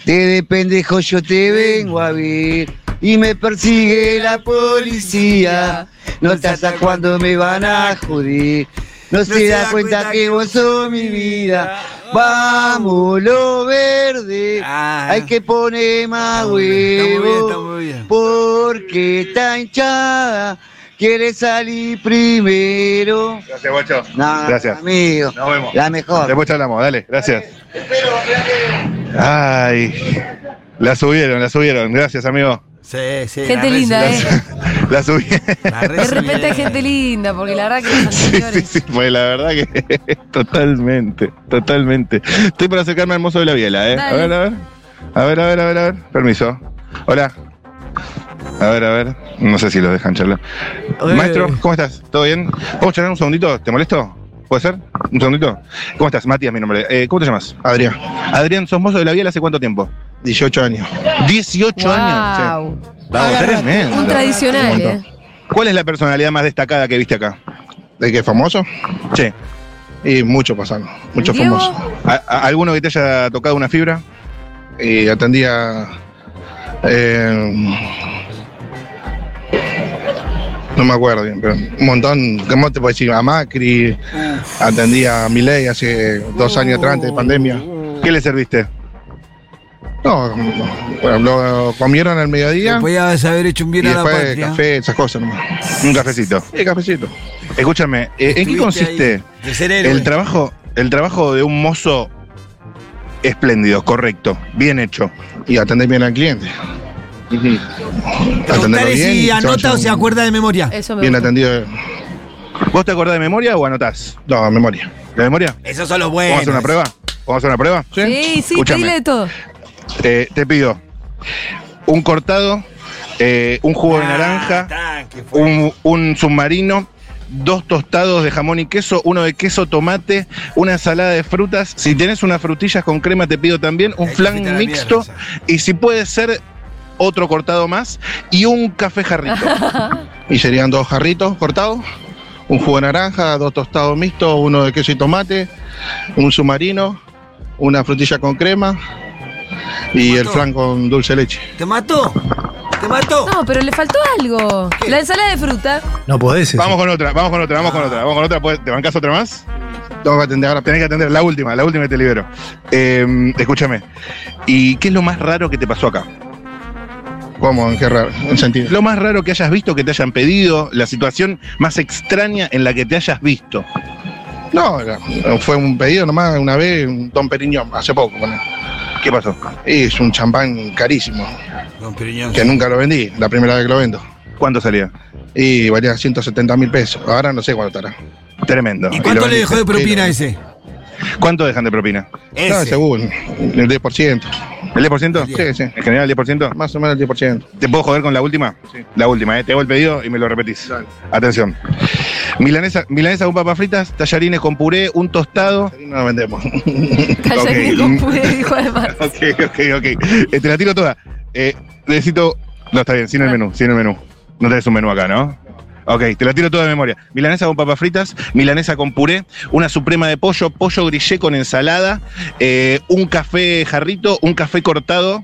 L: Te de pendejo yo te vengo a ver y me persigue la policía. No te hasta cuando me van a joder. No, se da cuenta, que vos sos mi vida. Vamos, lo verde. Hay que poner más huevo. Porque está hinchada. Quiere salir primero.
A: Gracias, guacho.
L: No,
A: Gracias.
L: amigo.
A: Nos vemos.
L: La mejor.
A: Después hablamos, dale, gracias. Ay, la subieron, la subieron. Gracias, amigo.
F: Sí, sí.
E: Gente linda, ¿eh?
A: La subieron.
E: De repente hay gente linda, porque la verdad que son
A: Sí, sí, pues la verdad que totalmente, totalmente. Estoy para acercarme al mozo de la biela, ¿eh? A
E: Dale.
A: ver, a ver. A ver, a ver, a ver, a ver. Permiso. Hola. A ver, a ver. No sé si los dejan charlar. Maestro, ¿cómo estás? ¿Todo bien? ¿Puedo charlar un segundito? ¿Te molesto? ¿Puede ser? ¿Un segundito? ¿Cómo estás? Matías, mi nombre. Eh, ¿Cómo te llamas? Adrián. Adrián, ¿sos mozo de la biela hace cuánto tiempo? 18 años. 18 años.
E: Wow.
A: che. Bravo, tremendo.
E: Un tradicional, ¿eh?
A: ¿Cuál es la personalidad más destacada que viste acá?
I: ¿De qué famoso?
A: Sí.
I: Y mucho pasaron, mucho
E: Diego,
I: famoso.
A: ¿A- a- ¿Alguno que te haya tocado una fibra?
I: Y atendía. eh, no me acuerdo bien, pero un montón. ¿Cómo te puedo decir? A Macri, atendía a Milei hace dos años atrás, antes de pandemia.
A: ¿Qué le serviste?
I: No, bueno, lo comieron al mediodía.
F: Podías haber hecho un bien
I: Y
F: a la
I: después
F: patria.
I: café, esas cosas nomás.
A: Un cafecito.
I: Sí, cafecito.
A: Escúchame, eh, ¿en qué
F: Estuviste
A: consiste
F: ahí, de ser héroe.
A: el trabajo, el trabajo de un mozo espléndido, correcto, bien hecho?
I: Y atender bien al cliente. Atenderlo
F: Preguntale
I: bien. y
F: si
I: se va a
F: anota
I: llevar
F: o se
I: un-
F: acuerda de memoria.
E: Eso me
I: Bien
E: gusta.
I: atendido.
A: ¿Vos te acordás de memoria o anotás?
I: No, a memoria.
A: ¿De memoria?
F: Esos son los
A: ¿Vamos a
F: buenos.
A: hacer una prueba? ¿Vamos a hacer una prueba?
E: Sí, sí,
A: Escúchame.
E: pedile de todo.
A: Eh, te pido un cortado, eh, un jugo de
F: Ah,
A: naranja,
F: tanque, fue.
A: un, un submarino, dos tostados de jamón y queso, uno de queso, tomate, una ensalada de frutas. Si tenés unas frutillas con crema, te pido también un
F: Ahí te
A: flan
F: fuiste a la
A: mixto.
F: mierda,
A: y si puede ser, otro cortado más y un café jarrito.
I: Y serían dos jarritos cortados, un jugo de naranja, dos tostados mixtos, uno de queso y tomate, un submarino, una frutilla con crema y el
F: Mató.
I: flan con dulce de leche.
F: ¿Te mató? ¿Te mató?
E: No, pero le faltó algo. La ensalada de fruta.
M: No podés. eso.
A: Vamos con otra, vamos con otra, vamos
I: Ah.
A: con otra, vamos con otra. ¿Puedes- ¿Te bancas otra más?
I: Tengo que atender ahora.
A: Tenés que atender, la última, la última que te libero. Eh, escúchame. ¿Y qué es lo más raro que te pasó acá?
I: ¿Cómo? ¿En qué raro? ¿En sentido?
A: Lo más raro que hayas visto, que te hayan pedido, la situación más extraña en la que te hayas visto.
I: No, era- Eh, fue un pedido nomás una vez, un Don Periñón, hace poco. ponele.
A: ¿Qué pasó?
I: Y es un champán carísimo,
F: Don Periñón.
I: que nunca lo vendí, la primera vez que lo vendo.
A: ¿Cuánto salía?
I: Y valía 170 mil pesos. Ahora no sé cuánto estará.
A: Tremendo.
F: ¿Y
A: lo
F: cuánto le dejó
A: vendiste.
F: de propina a ese?
A: ¿Cuánto dejan de propina?
I: No,
F: Ese.
I: según, el 10%.
A: ¿El 10%? Sí, sí. ¿En general el 10%? Más o menos el 10%. ¿Te puedo joder con la última? Sí. La última, ¿eh? Te hago el pedido y me lo repetís. Atención. Milanesa, milanesa con papas fritas, tallarines con puré, un tostado. No lo vendemos.
E: Tallarines
A: Ok. Mm.
E: con puré, dijo además.
A: Ok, ok, ok. Eh, te la tiro toda. Eh, necesito. No, está bien, sin el menú, sin el menú. No tenés un menú acá, ¿no? Ok, te la tiro toda de memoria. Milanesa con papas fritas, milanesa con puré, una suprema de pollo, pollo grillé con ensalada, eh, un café jarrito, un café cortado,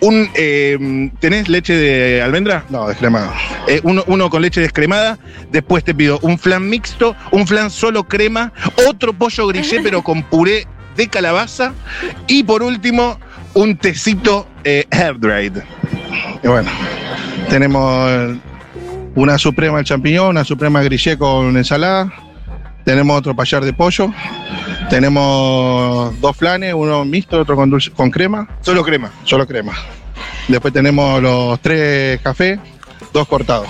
A: un... eh, ¿Tenés leche de almendra? No, descremada. uno, uno con leche descremada, después te pido un flan mixto, un flan solo crema, otro pollo grillé pero con puré de calabaza y por último un tecito eh, hair dried.
I: Y bueno, tenemos el- una suprema de champiñón, una suprema grillé con ensalada, tenemos otro payar de pollo, tenemos dos flanes, uno mixto, otro con, dulce- con crema.
A: Solo crema.
I: Solo crema. Después tenemos los tres cafés, dos cortados.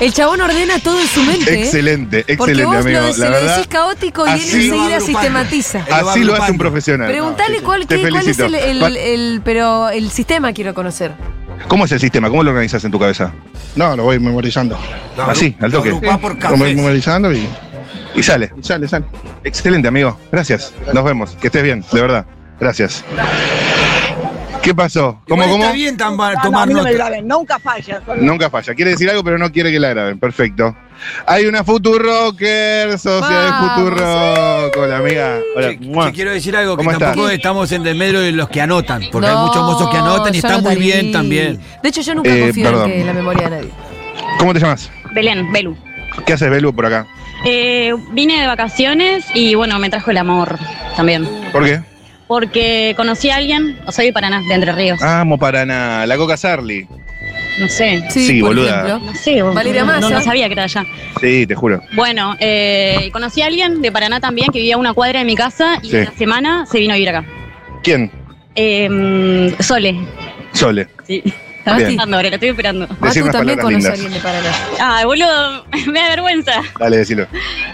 E: El chabón ordena todo en su mente. ¿eh?
A: Excelente,
E: Porque
A: excelente,
E: vos lo,
A: amigo. La
E: des- se lo
A: verdad,
E: decís caótico y él
A: así-
E: enseguida sistematiza.
A: Así lo hace un profesional.
E: Preguntale cuál,
A: Te
E: qué- cuál es
A: felicito.
E: el, el-
A: Va-
E: el- pero el sistema quiero conocer.
A: ¿Cómo es el sistema? ¿Cómo lo organizas en tu cabeza?
I: No, lo voy memorizando.
A: Así, al toque.
I: Lo voy memorizando y
A: Y sale.
I: sale, sale.
A: Excelente, amigo. Gracias. Nos vemos. Que estés bien, de verdad. Gracias. ¿Qué pasó? ¿Cómo,
F: Igual
A: cómo?
F: Está bien tam-
C: No, a
F: tomar
C: mí no me
F: nota.
C: graben, nunca falla.
A: Nunca falla. Quiere decir algo, pero no quiere que la graben. Perfecto. Hay una Futurocker, socia de
E: Vamos,
A: Futurock. Hola, amiga. Hola.
F: Te-
A: Mua.
F: te quiero decir algo, que
A: ¿Cómo estás?
F: tampoco estamos en desmedro de los que anotan, porque hay
E: No,
F: muchos mozos que anotan y
E: yo
F: está muy
E: anotaría.
F: bien también.
E: De hecho, yo nunca
A: Eh,
E: confío
A: perdón.
E: en que la memoria de nadie.
A: ¿Cómo te llamas?
M: Belén, Belu.
A: ¿Qué haces, Belu, por acá?
M: Eh, vine de vacaciones y bueno, me trajo el amor también.
A: ¿Por qué?
M: Porque conocí a alguien, o soy de Paraná, de Entre Ríos.
A: Amo Paraná. La Coca Sarli.
M: No sé.
A: Sí, Sí, por boluda. ejemplo.
M: No sé, vos-
E: Valeria
M: no, no,
E: Massa.
M: no sabía que era allá.
A: Sí, te juro.
M: Bueno, eh, conocí a alguien de Paraná también que vivía a una cuadra de mi casa y
A: Sí.
M: una semana se vino a vivir acá.
A: ¿Quién?
M: Eh, Sole.
A: Sole.
M: Sí. Estaba
A: Bien.
M: esperando ahora, la estoy esperando.
A: Decir unas palabras lindas.
E: de Paraná.
M: Ah, boludo, me da vergüenza.
A: Dale, decilo.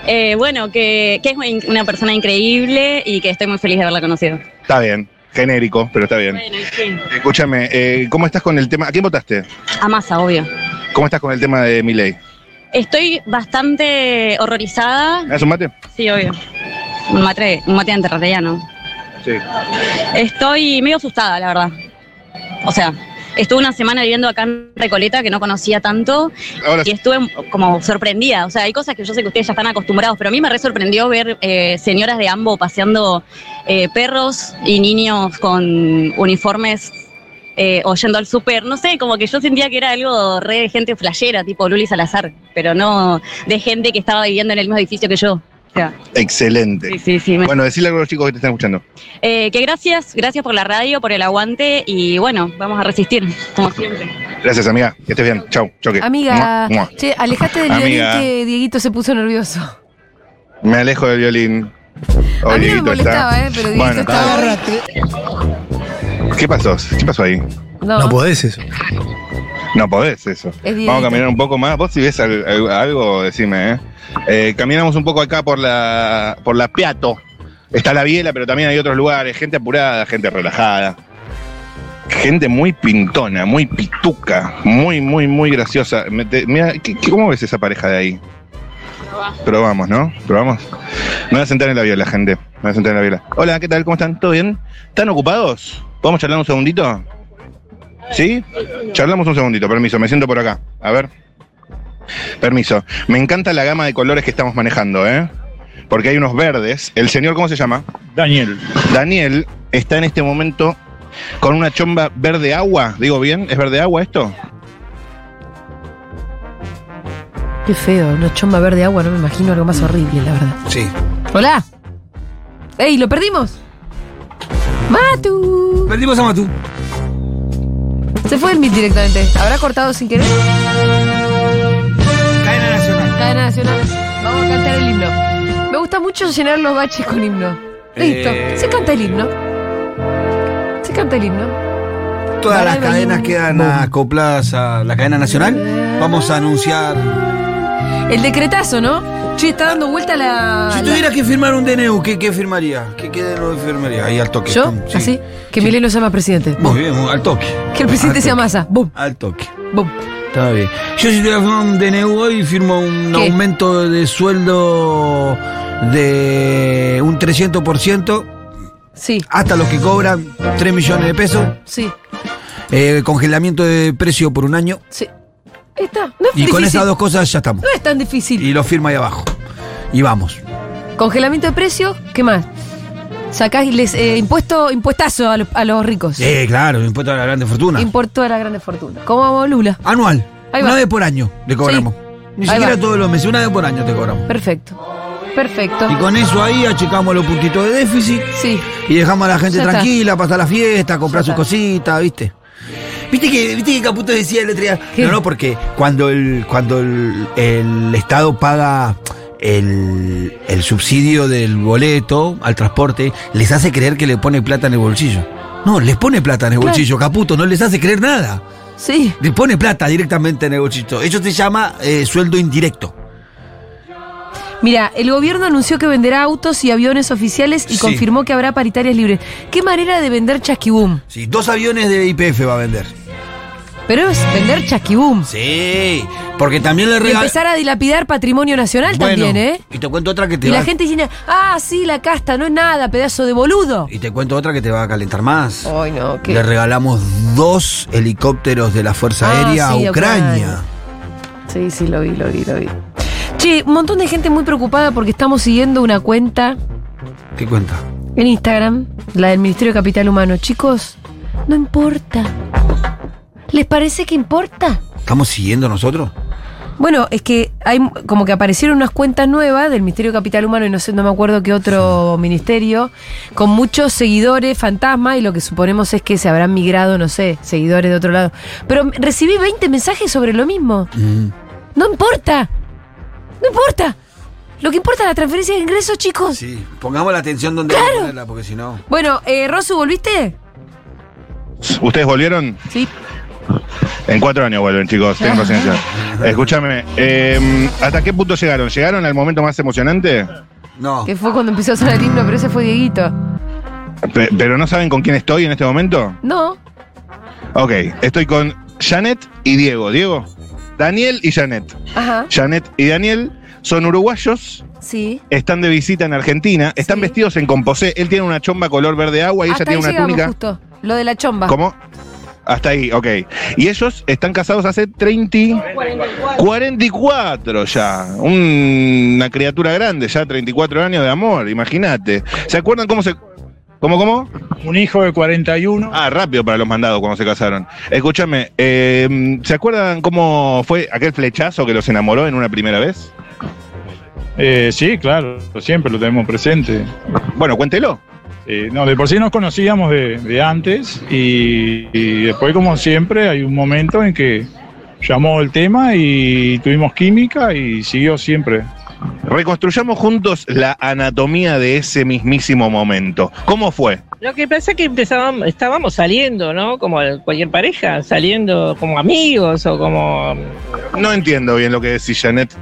M: Eh, bueno, que, que es una persona increíble y que estoy muy feliz de haberla conocido.
A: Está bien. Genérico, pero está bien.
M: Bueno, sí.
A: Escúchame, eh, ¿cómo estás con el tema? ¿A quién votaste?
M: A masa, obvio.
A: ¿Cómo estás con el tema de Miley?
M: Estoy bastante horrorizada.
A: ¿Me das un mate?
M: Sí, obvio. Un mate, un mate anterrarellano.
A: Sí.
M: Estoy medio asustada, la verdad. O sea, estuve una semana viviendo acá en Recoleta que no conocía tanto
A: Ahora
M: y estuve como sorprendida. O sea, hay cosas que yo sé que ustedes ya están acostumbrados, pero a mí me re sorprendió ver eh, señoras de ambos paseando eh, perros y niños con uniformes eh, o yendo al súper. No sé, como que yo sentía que era algo re de gente flashera, tipo Luli Salazar, pero no de gente que estaba viviendo en el mismo edificio que yo. O sea,
A: Excelente.
M: Sí, sí, sí. me-
A: Bueno, decirle algo a los chicos que te están escuchando.
M: eh, que gracias, gracias por la radio, por el aguante y bueno, vamos a resistir, como siempre.
A: Gracias, amiga. Que estés bien. Chau. Choque.
E: Amiga,
A: Mua, mua.
E: che, alejate del violín
A: Amiga.
E: que Dieguito se puso nervioso.
A: Me alejo del violín.
E: a mí no
A: Oh,
E: me
A: Dieguito
E: molestaba, ¿eh? Pero Dieguito
A: Bueno,
E: estaba.
A: ¿Qué pasó? ¿Qué pasó ahí?
E: No.
A: podés eso. No podés eso.
E: Dieguito.
A: Vamos a caminar un poco más. Vos si ves al- al- algo, decime, ¿eh? Eh, Caminamos un poco acá por la, por la Piato. Está la Biela, pero también hay otros lugares. Gente apurada, gente relajada. Gente muy pintona, muy pituca, muy, muy, muy graciosa. Me- te- mira, ¿qué- qué- ¿Cómo ves esa pareja de ahí? Probamos, ¿no? Probamos. Me voy a sentar en la viola, gente. Me voy a sentar en la viola. Hola, ¿qué tal? ¿Cómo están? ¿Todo bien? ¿Están ocupados? ¿Podemos charlar un segundito? ¿Sí? Charlamos un segundito, permiso. Me siento por acá. A ver. Permiso. Me encanta la gama de colores que estamos manejando, ¿eh? Porque hay unos verdes. El señor, ¿cómo se llama? Daniel. Daniel está en este momento con una chomba verde agua. ¿Digo bien? ¿Es verde agua esto?
E: Qué feo, una chomba verde agua, no me imagino algo más horrible, la verdad.
F: Sí.
E: ¡Hola! ¡Ey, lo perdimos! ¡Matu!
F: Perdimos a Matú.
E: Se fue el mit directamente. ¿Habrá cortado sin querer?
F: Cadena Nacional.
E: Cadena Nacional. Vamos a cantar el himno. Me gusta mucho llenar los baches con himno. Listo.
F: Eh.
E: Se canta el himno. Se canta el himno.
F: Todas las
E: Bye, bye,
F: cadenas
E: bye.
F: quedan acopladas a la cadena nacional. Vamos a anunciar.
E: El decretazo, ¿no? Che, está dando vuelta la.
F: Si
E: la-
F: tuvieras que firmar un DNU, ¿qué, qué firmaría? ¿Qué, qué DNU firmaría? Ahí al toque.
E: ¿Yo?
F: pum, sí. Ah,
E: ¿Así? Que Milei lo llama presidente.
F: Muy bien, muy- al toque.
E: Que el presidente
F: Al
E: sea masa. ¡Bum!
F: toque, Al toque.
E: ¡Bum!
F: Está bien. Yo si tuviera que firmar un DNU hoy, firmo un
E: ¿Qué?
F: aumento de sueldo de un 300%.
E: Sí.
F: Hasta los que cobran 3 millones de pesos.
E: Sí.
F: Eh, congelamiento de precio por un año.
E: Sí. Ahí está. No es
F: Y con
E: difícil.
F: esas dos cosas ya estamos.
E: No es tan difícil.
F: Y lo firma ahí abajo. Y vamos.
E: Congelamiento de precios, ¿qué más? Sacás y les, eh, impuesto, impuestazo a, lo- a los ricos.
F: Eh, claro, impuesto a la grande fortuna.
E: Impuesto a la grande fortuna. ¿Cómo vamos, Lula?
F: Anual.
E: Ahí
F: Una
E: va.
F: vez por año le cobramos. Ni
E: Ahí
F: siquiera
E: va.
F: todos los meses, una vez por año te cobramos.
E: Perfecto. Perfecto.
F: Y con eso ahí achicamos los puntitos de déficit.
E: Sí.
F: Y dejamos a la gente
E: Ya está.
F: tranquila, pasar la fiesta, comprar
E: Ya
F: sus
E: está.
F: cositas, ¿viste? ¿Viste que, ¿Viste que Caputo decía el otro día? No, no, porque cuando el, cuando el, el Estado paga el, el subsidio del boleto al transporte, les hace creer que le pone plata en el bolsillo. No, les pone plata en el
E: Claro.
F: bolsillo, Caputo, no les hace creer nada.
E: Sí.
F: Le pone plata directamente en el bolsillo. Eso se llama eh, sueldo indirecto.
E: Mira, el gobierno anunció que venderá autos y aviones oficiales y
F: Sí.
E: confirmó que habrá paritarias libres. Qué manera de vender chasquibum.
F: Sí, dos aviones de IPF va a vender.
E: Pero es vender chasquibum.
F: Sí, porque también le
E: Y
F: regalan.
E: empezar a dilapidar patrimonio nacional también, ¿eh?
F: Y te cuento otra que te
E: Y
F: va.
E: la gente dice, ah, sí, la casta, no es nada, pedazo de boludo.
F: Y te cuento otra que te va a calentar más.
E: Ay, no, qué-
F: Le regalamos dos helicópteros de la Fuerza
E: Ah,
F: Aérea
E: sí,
F: a
E: a
F: Ucrania.
E: Sí, sí, lo vi, lo vi, lo vi. Che, un montón de gente muy preocupada porque estamos siguiendo una cuenta
F: ¿Qué cuenta?
E: en Instagram, la del Ministerio de Capital Humano. Chicos, no importa. ¿Les parece que importa?
F: ¿Estamos siguiendo nosotros?
E: Bueno, es que hay como que aparecieron unas cuentas nuevas del Ministerio de Capital Humano y no sé, no me acuerdo qué otro ministerio, con muchos seguidores fantasma y lo que suponemos es que se habrán migrado, no sé, seguidores de otro lado. Pero recibí 20 mensajes sobre lo mismo.
F: Mm.
E: No importa. No importa. Lo que importa es la transferencia de ingresos, chicos.
F: Sí, pongamos la atención donde hay que ponerla, porque si no.
E: Bueno, eh, Rosu, ¿volviste?
A: ¿Ustedes volvieron?
E: Sí.
A: En cuatro años vuelven, chicos, tengan paciencia. Escúchame, eh, ¿hasta qué punto llegaron? ¿Llegaron al momento más emocionante?
F: No.
E: Que fue cuando empezó a sonar el himno, pero ese fue Dieguito.
A: Pe- ¿Pero no saben con quién estoy en este momento?
E: No.
A: Ok, estoy con Janet y Diego. Diego, Daniel y Janet.
E: Ajá.
A: Janet y Daniel son uruguayos,
E: Sí.
A: están de visita en Argentina, están vestidos en composé. Él tiene una chomba color verde agua y
E: Hasta
A: ella
E: ahí
A: tiene una
E: llegamos
A: túnica.
E: justo. Lo de la chomba.
A: ¿Cómo? Hasta ahí, ok. Y ellos están casados hace 30, 44 ya. Un- una criatura grande, ya 34 años de amor, imagínate. ¿Se acuerdan cómo se... ¿Cómo, cómo?
N: Un hijo de 41.
A: Ah, rápido para los mandados cuando se casaron. Escúchame, eh, ¿se acuerdan cómo fue aquel flechazo que los enamoró en una primera vez?
N: Eh, sí, claro, siempre lo tenemos presente.
A: Bueno, cuéntelo.
N: no, de por sí nos conocíamos de, de antes y, y después, como siempre, hay un momento en que llamó el tema y tuvimos química y siguió siempre.
A: Reconstruyamos juntos la anatomía de ese mismísimo momento. ¿Cómo fue?
O: Lo que pasa es que empezábamos, estábamos saliendo, ¿no? Como cualquier pareja, saliendo como amigos o como...
A: No entiendo bien lo que decís, Janet.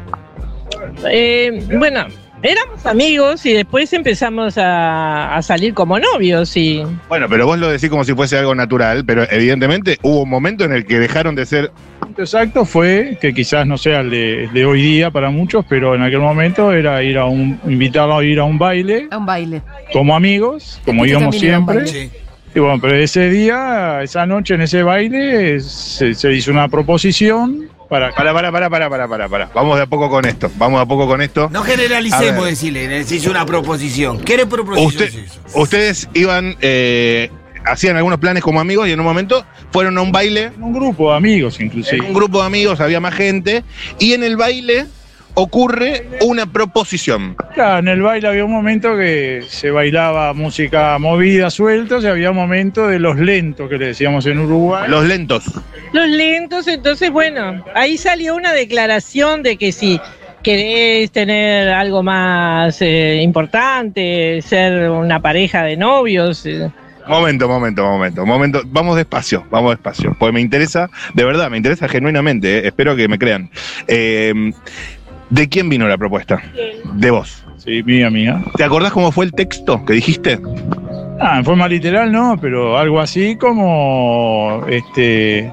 O: eh, bueno, éramos amigos y después empezamos a, a salir como novios y...
A: Bueno, pero vos lo decís como si fuese algo natural, pero evidentemente hubo un momento en el que dejaron de ser.
N: Exacto, fue que quizás no sea el de, de hoy día para muchos, pero en aquel momento era ir a un, invitarlo a ir a un baile
E: A un baile.
N: como amigos, como
E: Este
N: íbamos
E: también era un
N: siempre.
E: baile.
N: Y bueno, pero ese día, esa noche en ese baile, se, se hizo una proposición para...
A: Para, para, para, para, para, para, Vamos de a poco con esto. Vamos de a poco con esto.
F: No
A: A
F: generalicemos,
A: ver,
F: decirle. Se hizo una proposición. ¿Qué proposición?
A: Usted- ustedes iban, eh, hacían algunos planes como amigos y en un momento fueron a un baile.
N: Un grupo de amigos, inclusive.
A: Un grupo de amigos, había más gente. Y en el baile ocurre una proposición.
N: Claro, en el baile había un momento que se bailaba música movida, sueltos, y había un momento de los lentos que le decíamos en Uruguay.
A: Los lentos.
O: Los lentos, entonces, bueno, ahí salió una declaración de que si querés tener algo más eh, importante, ser una pareja de novios... eh,
A: Momento, momento, momento, momento. Vamos despacio, vamos despacio. Porque me interesa, de verdad, me interesa genuinamente. eh, espero que me crean. Eh, ¿De quién vino la propuesta? De vos.
N: Sí, mía, mía.
A: ¿Te acordás cómo fue el texto que dijiste?
N: Ah, en forma literal no, pero algo así como este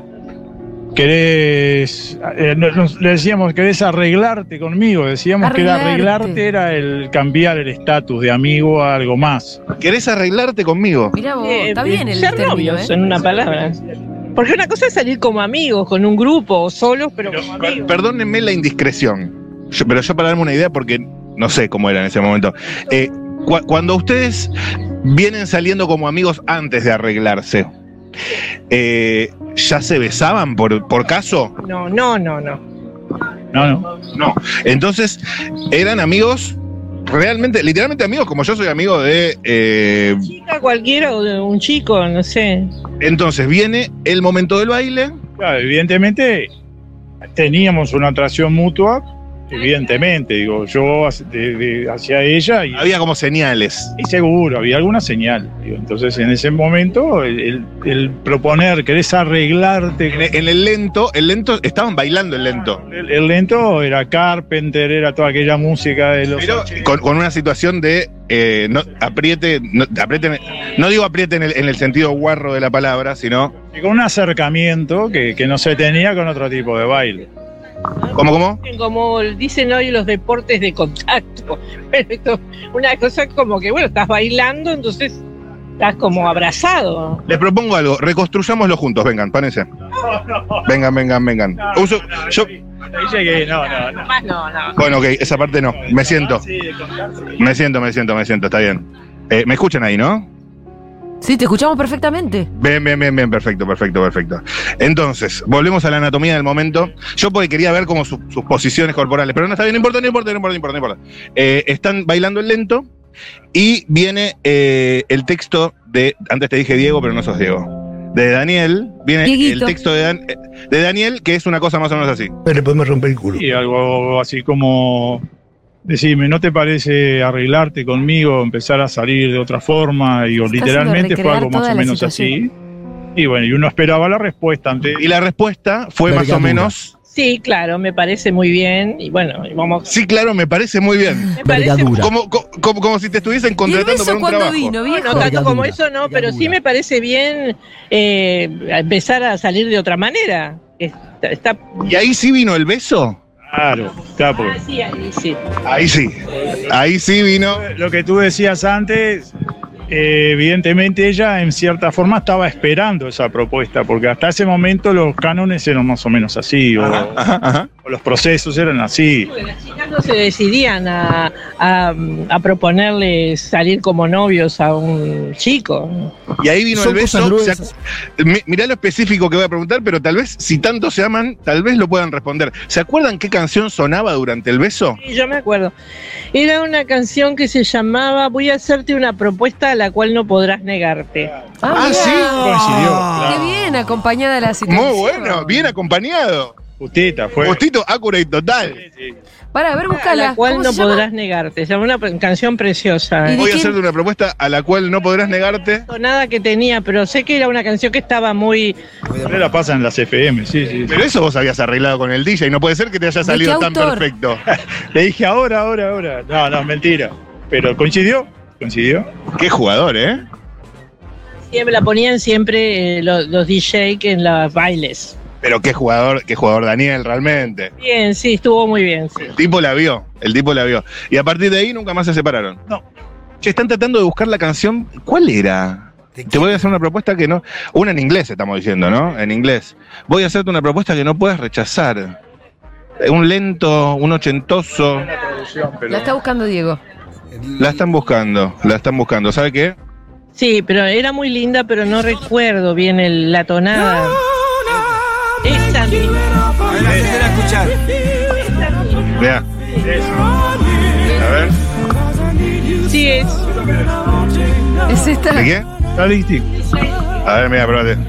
N: querés eh, no- nos- le decíamos querés arreglarte conmigo, decíamos que era
A: Arreglarte.
N: arreglarte era el cambiar el estatus de amigo a algo más.
A: ¿Querés arreglarte conmigo?
E: Mirá vos, está
O: Eh,
E: bien el
O: ser
E: término,
O: novios,
E: ¿eh?
O: en una palabra. Porque una cosa es salir como amigos, con un grupo, o solos, pero, como amigos.
A: Per- Perdónenme la indiscreción, Yo- pero yo para darme una idea, porque no sé cómo era en ese momento. Eh, cu- cuando ustedes vienen saliendo como amigos antes de arreglarse, eh, ¿ya se besaban por, por caso?
O: No, no, no, no.
N: No, no.
A: No. Entonces, eran amigos realmente, literalmente amigos, como yo soy amigo de. eh,
O: Chica cualquiera, o de un chico, no sé.
A: entonces, viene el momento del baile.
N: Claro, evidentemente teníamos una atracción mutua, evidentemente, digo, yo hacia, de- de- hacia ella. Y,
A: había como señales.
N: Y seguro, había alguna señal. digo. Entonces, en ese momento, el, el- el proponer, querés arreglarte.
A: En el, en el lento, el lento, estaban bailando el lento.
N: El, el lento era Carpenter, era toda aquella música de los.
A: Pero con, con una situación de eh, no, apriete, no, aprieten- no digo apriete en el, en el sentido guarro de la palabra, sino
N: y con un acercamiento que, que no se tenía con otro tipo de baile.
A: ¿Cómo, cómo?
O: Como dicen hoy los deportes de contacto. Pero esto, una cosa como que, bueno, estás bailando, entonces estás como abrazado.
A: les propongo algo, reconstruyámoslo juntos, vengan, párense. Vengan, vengan, vengan. Uso- yo-
N: no, no,
O: Más no, no.
A: bueno, ok, esa parte no, me siento, me siento, me siento, me siento, está bien. Eh, me escuchan ahí, ¿no?
E: Sí, te escuchamos perfectamente.
A: Bien, bien, bien, bien, perfecto, perfecto, perfecto. Entonces, volvemos a la anatomía del momento. Yo porque quería ver como su- sus posiciones corporales, pero no está bien, no importa, no importa, no importa, no importa. no importa. Eh, están bailando el lento y viene eh, el texto de, antes te dije Diego, pero no sos Diego, de Daniel, viene
N: Dieguito.
A: el texto de, Dan- eh, de Daniel, que es una cosa más o menos así.
N: Pero podemos romper el culo. Y algo así como, decime, ¿no te parece arreglarte conmigo, empezar a salir de otra forma? Digo,
A: Está
N: literalmente
A: haciendo
N: fue algo
A: recrear
N: más
A: toda
N: o
A: la
N: menos así. Y bueno, y uno esperaba la respuesta antes.
A: Y la respuesta fue más o menos...
O: Sí, claro, me parece muy bien. Y bueno, y vamos.
A: Sí, claro, me parece muy bien.
O: parece- Vergadura.
A: Como, como, como- como si te estuviesen contratando por un trabajo.
O: No, no tanto como eso no, pero sí me parece bien eh, empezar a salir de otra manera. Está, está-
A: ¿Y ahí sí vino el beso?
N: Claro, claro.
O: Ah, sí, ahí sí.
A: Ahí sí. Ahí sí vino.
N: Lo que tú decías antes, eh, evidentemente ella en cierta forma estaba esperando esa propuesta, porque hasta ese momento los cánones eran más o menos así, o, o los procesos eran así.
O: Chicas no se decidían a, a- a proponerle salir como novios a un chico.
A: Y ahí vino
O: Son
A: el beso.
O: cosas
A: se
O: gruesas.
A: acu- Mi- Mirá lo específico que voy a preguntar, pero tal vez, si tanto se aman, tal vez lo puedan responder. ¿Se acuerdan qué canción sonaba durante el beso?
O: Sí, yo me acuerdo. Era una canción que se llamaba Voy a hacerte una propuesta a la cual no podrás negarte.
E: Ah, sí.
N: Coincidió,
E: Qué
N: claro.
E: bien, acompañada de la situación.
A: Muy bueno, bien acompañado.
N: Justita, fue.
A: Justito, accurate total.
E: Para, a
A: Ah,
E: ver,
O: A
E: buscala.
O: la cual
E: ¿Cómo
O: no
E: se llama?
O: podrás negarte. Es una pre- canción preciosa. eh.
A: Voy a hacerte una propuesta a la cual no podrás negarte.
O: Nada que tenía, pero sé que era una canción que estaba muy.
N: Pero la pasan en las FM, sí, sí.
A: Pero eso vos habías arreglado con el DJ, no puede ser que te haya salido tan
N: autor?
A: perfecto.
N: Le dije ahora, ahora, ahora. No, no, mentira. Pero coincidió, coincidió.
A: Qué jugador, ¿eh?
O: Siempre la ponían siempre eh, los, los DJ que en los bailes.
A: Pero qué jugador, qué jugador Daniel, realmente.
O: Bien, sí, estuvo muy bien. sí.
A: El tipo la vio, el tipo la vio. Y a partir de ahí nunca más se separaron.
N: No.
A: Che, están tratando de buscar la canción. ¿Cuál era? Te voy a hacer una propuesta que no. Una en inglés estamos diciendo, ¿no? En inglés. Voy a hacerte una propuesta que no puedes rechazar. Eh, Un lento, un ochentoso.
E: La está buscando Diego.
A: La están buscando, la están buscando. ¿Sabe qué?
O: Sí, pero era muy linda, pero no recuerdo bien el- la
E: Ah,
O: tonada. Esta misma.
F: escuchar.
A: Vea. A ver.
O: Sí, es.
E: ¿Es esta?
A: ¿De qué? A ver, mira, espérate.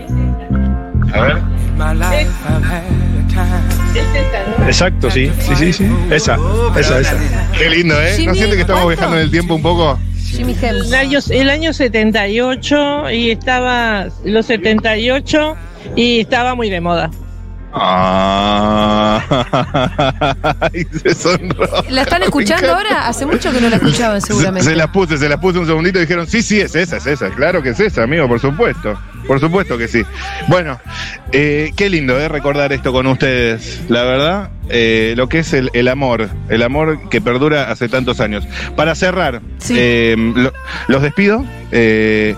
A: A ver.
N: Exacto, sí, sí, sí, sí. Esa, esa, esa.
A: Qué lindo, ¿eh? ¿No
O: Jimmy,
A: siente que estamos
O: ¿cuánto?
A: viajando en el tiempo un poco?
E: Jimmy Helms.
O: El año, el año 78 y estaba los 78 y estaba muy de moda.
A: Ah, y se sonró.
E: ¿La están escuchando ahora? Hace mucho que no la escuchaban,
A: Se,
E: seguramente.
A: se las puse, se las puse un segundito y dijeron, sí, sí, es esa, es esa. Claro que es esa, amigo, por supuesto. Por supuesto que sí. Bueno, eh, qué lindo eh, recordar esto con ustedes. La verdad, eh, lo que es el, el amor, el amor que perdura hace tantos años. Para cerrar, eh, lo- los despido eh,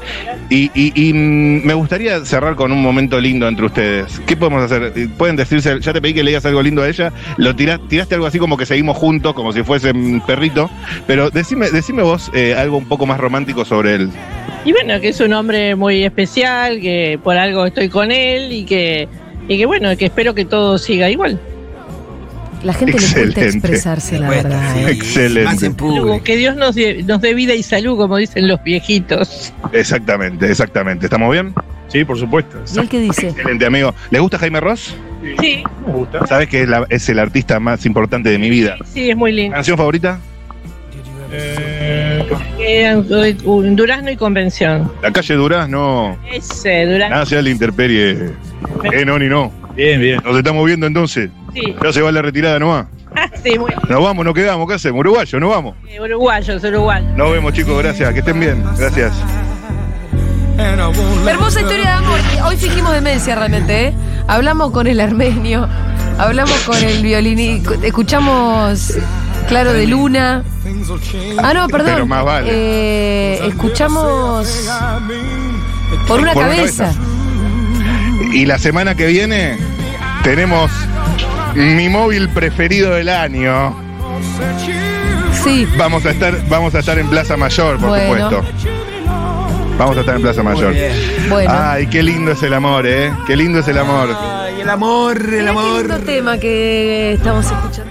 A: y, y- y, mm, me gustaría cerrar con un momento lindo entre ustedes. ¿Qué podemos hacer? Eh, Pueden decirse, ya te pedí que le digas algo lindo a ella, lo tira- tiraste algo así como que seguimos juntos, como si fuese un perrito, pero decime, decime vos eh, algo un poco más romántico sobre él.
O: Y bueno, que es un hombre muy especial, que por algo estoy con él y que, y que bueno, que espero que todo siga igual.
E: La gente le cuesta
A: Excelente.
E: expresarse, la verdad. ¿eh?
A: Excelente.
O: Luego, que Dios nos dé, nos dé vida y salud, como dicen los viejitos.
A: Exactamente, exactamente. ¿Estamos bien? Sí, por supuesto.
E: ¿Y él qué dice?
A: Excelente, amigo. ¿Le gusta Jaime Ross?
O: Sí,
A: Me gusta. ¿Sabes que es, la- es el artista más importante de mi vida?
O: sí, es muy lindo.
A: ¿Canción favorita?
O: Eh, un Durazno y Convención.
A: La calle Durazno.
O: Ese, Durazno.
A: Nada sea la interperie. Eh, no, ni no. Bien, bien. Nos estamos viendo entonces.
O: Sí. Ah,
A: Ya se va la retirada nomás.
O: sí, muy
A: Nos vamos, nos quedamos. ¿Qué hacemos? Uruguayo, nos vamos.
O: bien. Uruguayos, uruguayos.
A: Nos vemos, chicos. Gracias. Que estén bien. Gracias.
E: Hermosa historia de amor. Y Hoy fingimos demencia realmente, ¿eh? Hablamos con el armenio, hablamos con el violín y cu- escuchamos Claro de Luna. Ah, no, perdón.
A: Pero más vale.
E: Eh, escuchamos Por una
A: Por una
E: cabeza.
A: Y la semana que viene tenemos mi móvil preferido del año.
E: Sí.
A: Vamos a estar, vamos a estar en Plaza Mayor, por
E: Bueno.
A: supuesto. Vamos a estar en Plaza Mayor.
E: Bueno.
A: Ay, qué lindo es el amor, eh. Qué lindo es el amor.
E: el amor, el amor. Qué lindo tema que estamos escuchando.